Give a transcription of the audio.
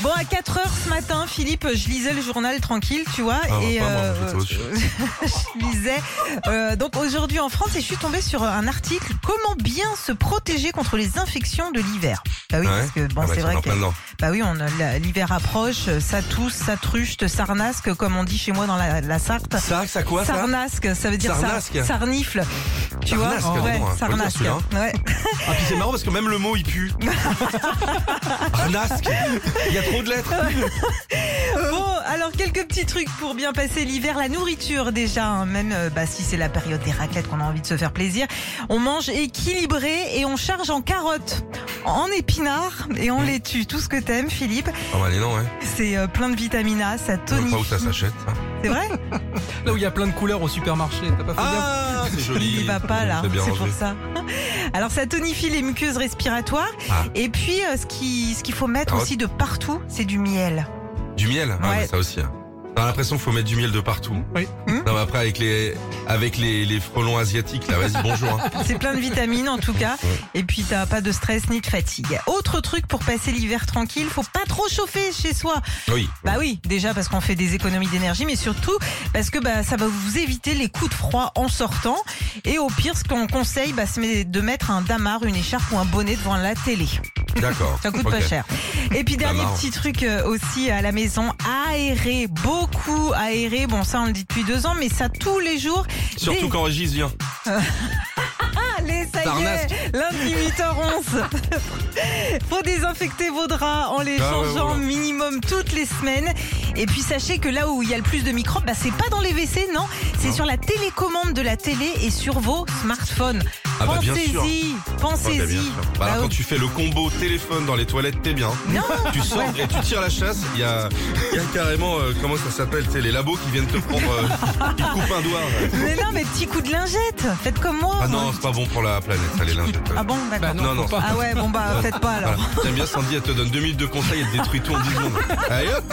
Bon, à 4 heures ce matin, Philippe, je lisais le journal tranquille, tu vois. Ah, et euh, pas moi, moi, j'étais autre chose. je lisais. euh, donc aujourd'hui en France, et je suis tombée sur un article Comment bien se protéger contre les infections de l'hiver Bah oui, Ouais. parce que bon, Ah bah, c'est tu en vrai as que. plein dedans. Bah oui, on, la- l'hiver approche, euh, ça tousse, ça truche, ça sarnasque, comme on dit chez moi dans la, la Sarthe. Ça, ça quoi ça Sarnasque, ça veut dire ça, Sarnasque. sarnifle. Tu vois Sarnasque, dis Ouais, donc, hein, faut le dire, sarnasque. celui-là. Ouais. Ah puis c'est marrant parce que même le mot il pue. Arnasque Il y a trop de lettres Bon, alors quelques petits trucs pour bien passer l'hiver. La nourriture déjà, hein, même euh, bah, si c'est la période des raclettes qu'on a envie de se faire plaisir. On mange équilibré et on charge en carottes, en épinards et Mmh. en laitue. Tout ce que t'aimes, Philippe, Ah bah allez non ouais. c'est euh, plein de vitamines A, ça Je vois tonifie. pas où ça s'achète ça. C'est vrai Là où il y a plein de couleurs au supermarché, t'as pas fait gaffe Ah c'est joli Il va pas là, C'est bien c'est pour rangé. ça. Alors ça tonifie les muqueuses respiratoires. Ah. Et puis euh, ce qui- ce qu'il faut mettre Carottes. aussi de partout, c'est du miel. Du miel Ah Ouais. mais ça aussi. hein. T'as l'impression qu'il faut mettre du miel de partout. Oui. Hmm Non mais après avec les avec les, les frelons asiatiques là, vas-y bonjour. hein. C'est plein de vitamines en tout cas. Et puis t'as pas de stress ni de fatigue. Autre truc pour passer l'hiver tranquille, faut pas trop chauffer chez soi. Oui. Bah oui, déjà parce qu'on fait des économies d'énergie, mais surtout parce que bah ça va vous éviter les coups de froid en sortant. Et au pire, ce qu'on conseille, bah, c'est de mettre un damar, une écharpe ou un bonnet devant la télé. D'accord. Ça coûte Ok. pas cher. Et puis dernier marrant. petit truc euh, aussi à la maison, aérer, beaucoup aérer. Bon ça on le dit depuis deux ans, mais ça tous les jours. Surtout Des- quand Régis vient. Allez, ça y est, Tarnasque. lundi 8h11. Faut désinfecter vos draps en les Ah ouais, changeant ouais, ouais. minimum toutes les semaines. Et puis sachez que là où il y a le plus de microbes, bah, c'est pas dans les WC, non, c'est Non. sur la télécommande de la télé et sur vos smartphones. Ah bah, bien sûr. pensez-y, Ouais, bah, bien pensez-y. sûr. Bah, alors, Bah, quand tu fais le combo téléphone dans les toilettes, t'es bien. Non. Tu sors et tu tires la chasse. Il y a, il y a carrément, euh, comment ça s'appelle, tu sais, les labos qui viennent te prendre, euh, ils te coupent un doigt. ouais. Mais non, mais petit coup de lingette, faites comme moi. Ah non, c'est pas bon pour la planète, ça, les lingettes. Ah bon, Bah d'accord. non, non. faut pas. Ah ouais, bon bah faites pas alors. Voilà. J'aime bien Sandy, elle te donne deux minutes de conseils, elle te détruit tout en 10 secondes. Allez hop